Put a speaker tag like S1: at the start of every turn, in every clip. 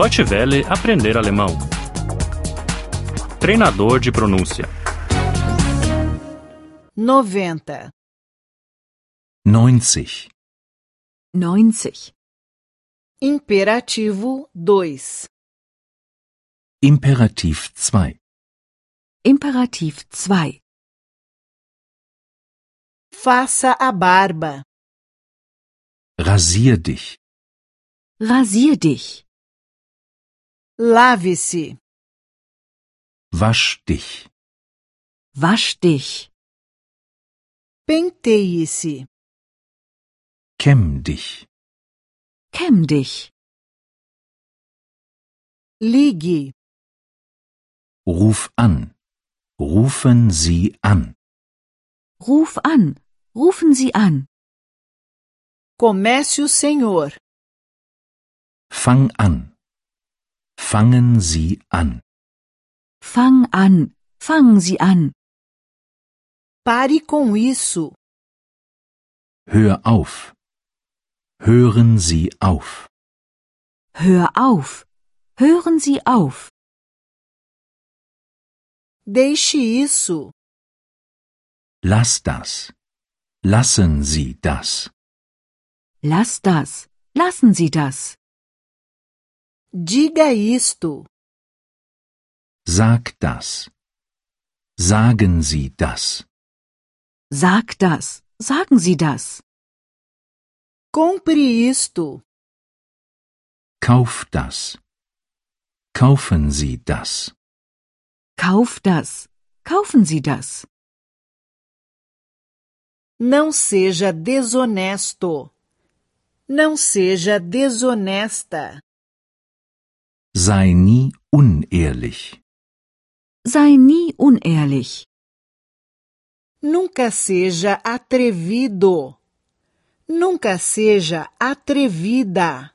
S1: Deutsche Welle aprender alemão. Treinador de pronúncia.
S2: 90.
S3: 90.
S4: 90.
S2: Imperativo 2.
S3: Imperativ 2.
S4: Imperativ 2.
S2: Faça a barba.
S3: Rasier dich.
S4: Rasier dich.
S2: Lave-se.
S3: Wasch dich.
S4: Wasch dich.
S2: Penteie-se.
S3: Kämm dich.
S4: Kämm dich.
S2: Ligue.
S3: Ruf an. Rufen Sie an.
S4: Ruf an. Rufen Sie an.
S2: Comece o senhor.
S3: Fang an. Fangen Sie an.
S4: Fang an. Fangen Sie an.
S2: Pare com isso.
S3: Hör auf. Hören Sie auf.
S4: Hör auf. Hören Sie auf.
S2: Deixe isso.
S3: Lass das. Lassen Sie das.
S4: Lass das. Lassen Sie das.
S2: Diga isto.
S3: Sag das. Sagen Sie das.
S4: Sag das. Sagen Sie das.
S2: Compre isto.
S3: Kauf das. Kaufen Sie das.
S4: Kauf das. Kaufen Sie das.
S2: Não seja desonesto. Não seja desonesta.
S3: Sei nie unehrlich.
S4: Sei nie unehrlich.
S2: Nunca seja atrevido. Nunca seja atrevida.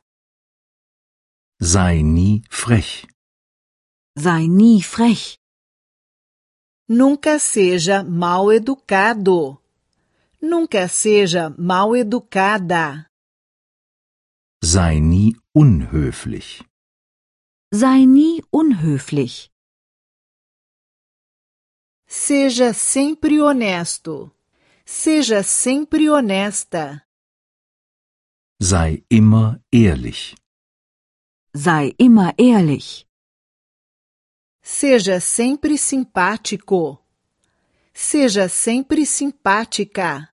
S3: Sei nie frech.
S4: Sei nie frech.
S2: Nunca seja mal educado. Nunca seja mal educada.
S3: Sei nie unhöflich.
S4: Sei nie unhöflich.
S2: Seja sempre honesto. Seja sempre honesta.
S3: Sei immer ehrlich.
S4: Sei immer ehrlich.
S2: Seja sempre simpático. Seja sempre simpática.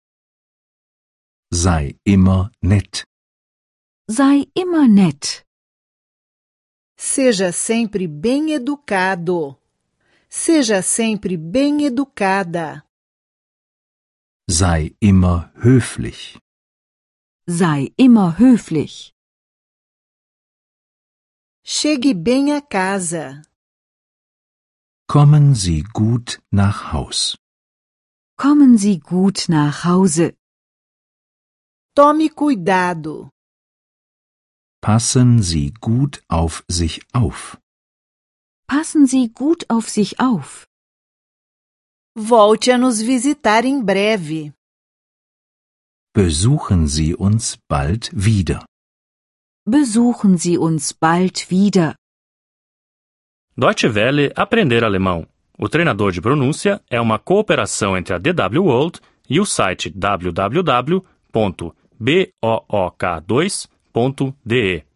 S3: Sei immer nett.
S4: Sei immer nett.
S2: Seja sempre bem educado. Seja sempre bem educada.
S3: Sei immer höflich.
S4: Sei immer höflich.
S2: Chegue bem a casa.
S3: Kommen Sie gut nach Haus.
S4: Kommen Sie gut nach Hause.
S2: Tome cuidado.
S3: Passen Sie gut auf sich auf.
S4: Passen Sie gut auf sich auf.
S2: Volte a nos visitar em breve.
S3: Besuchen Sie uns bald wieder.
S4: Besuchen Sie uns bald wieder.
S1: Deutsche Welle aprender alemão. O treinador de pronúncia é uma cooperação entre a DW World e o site www.book2.de.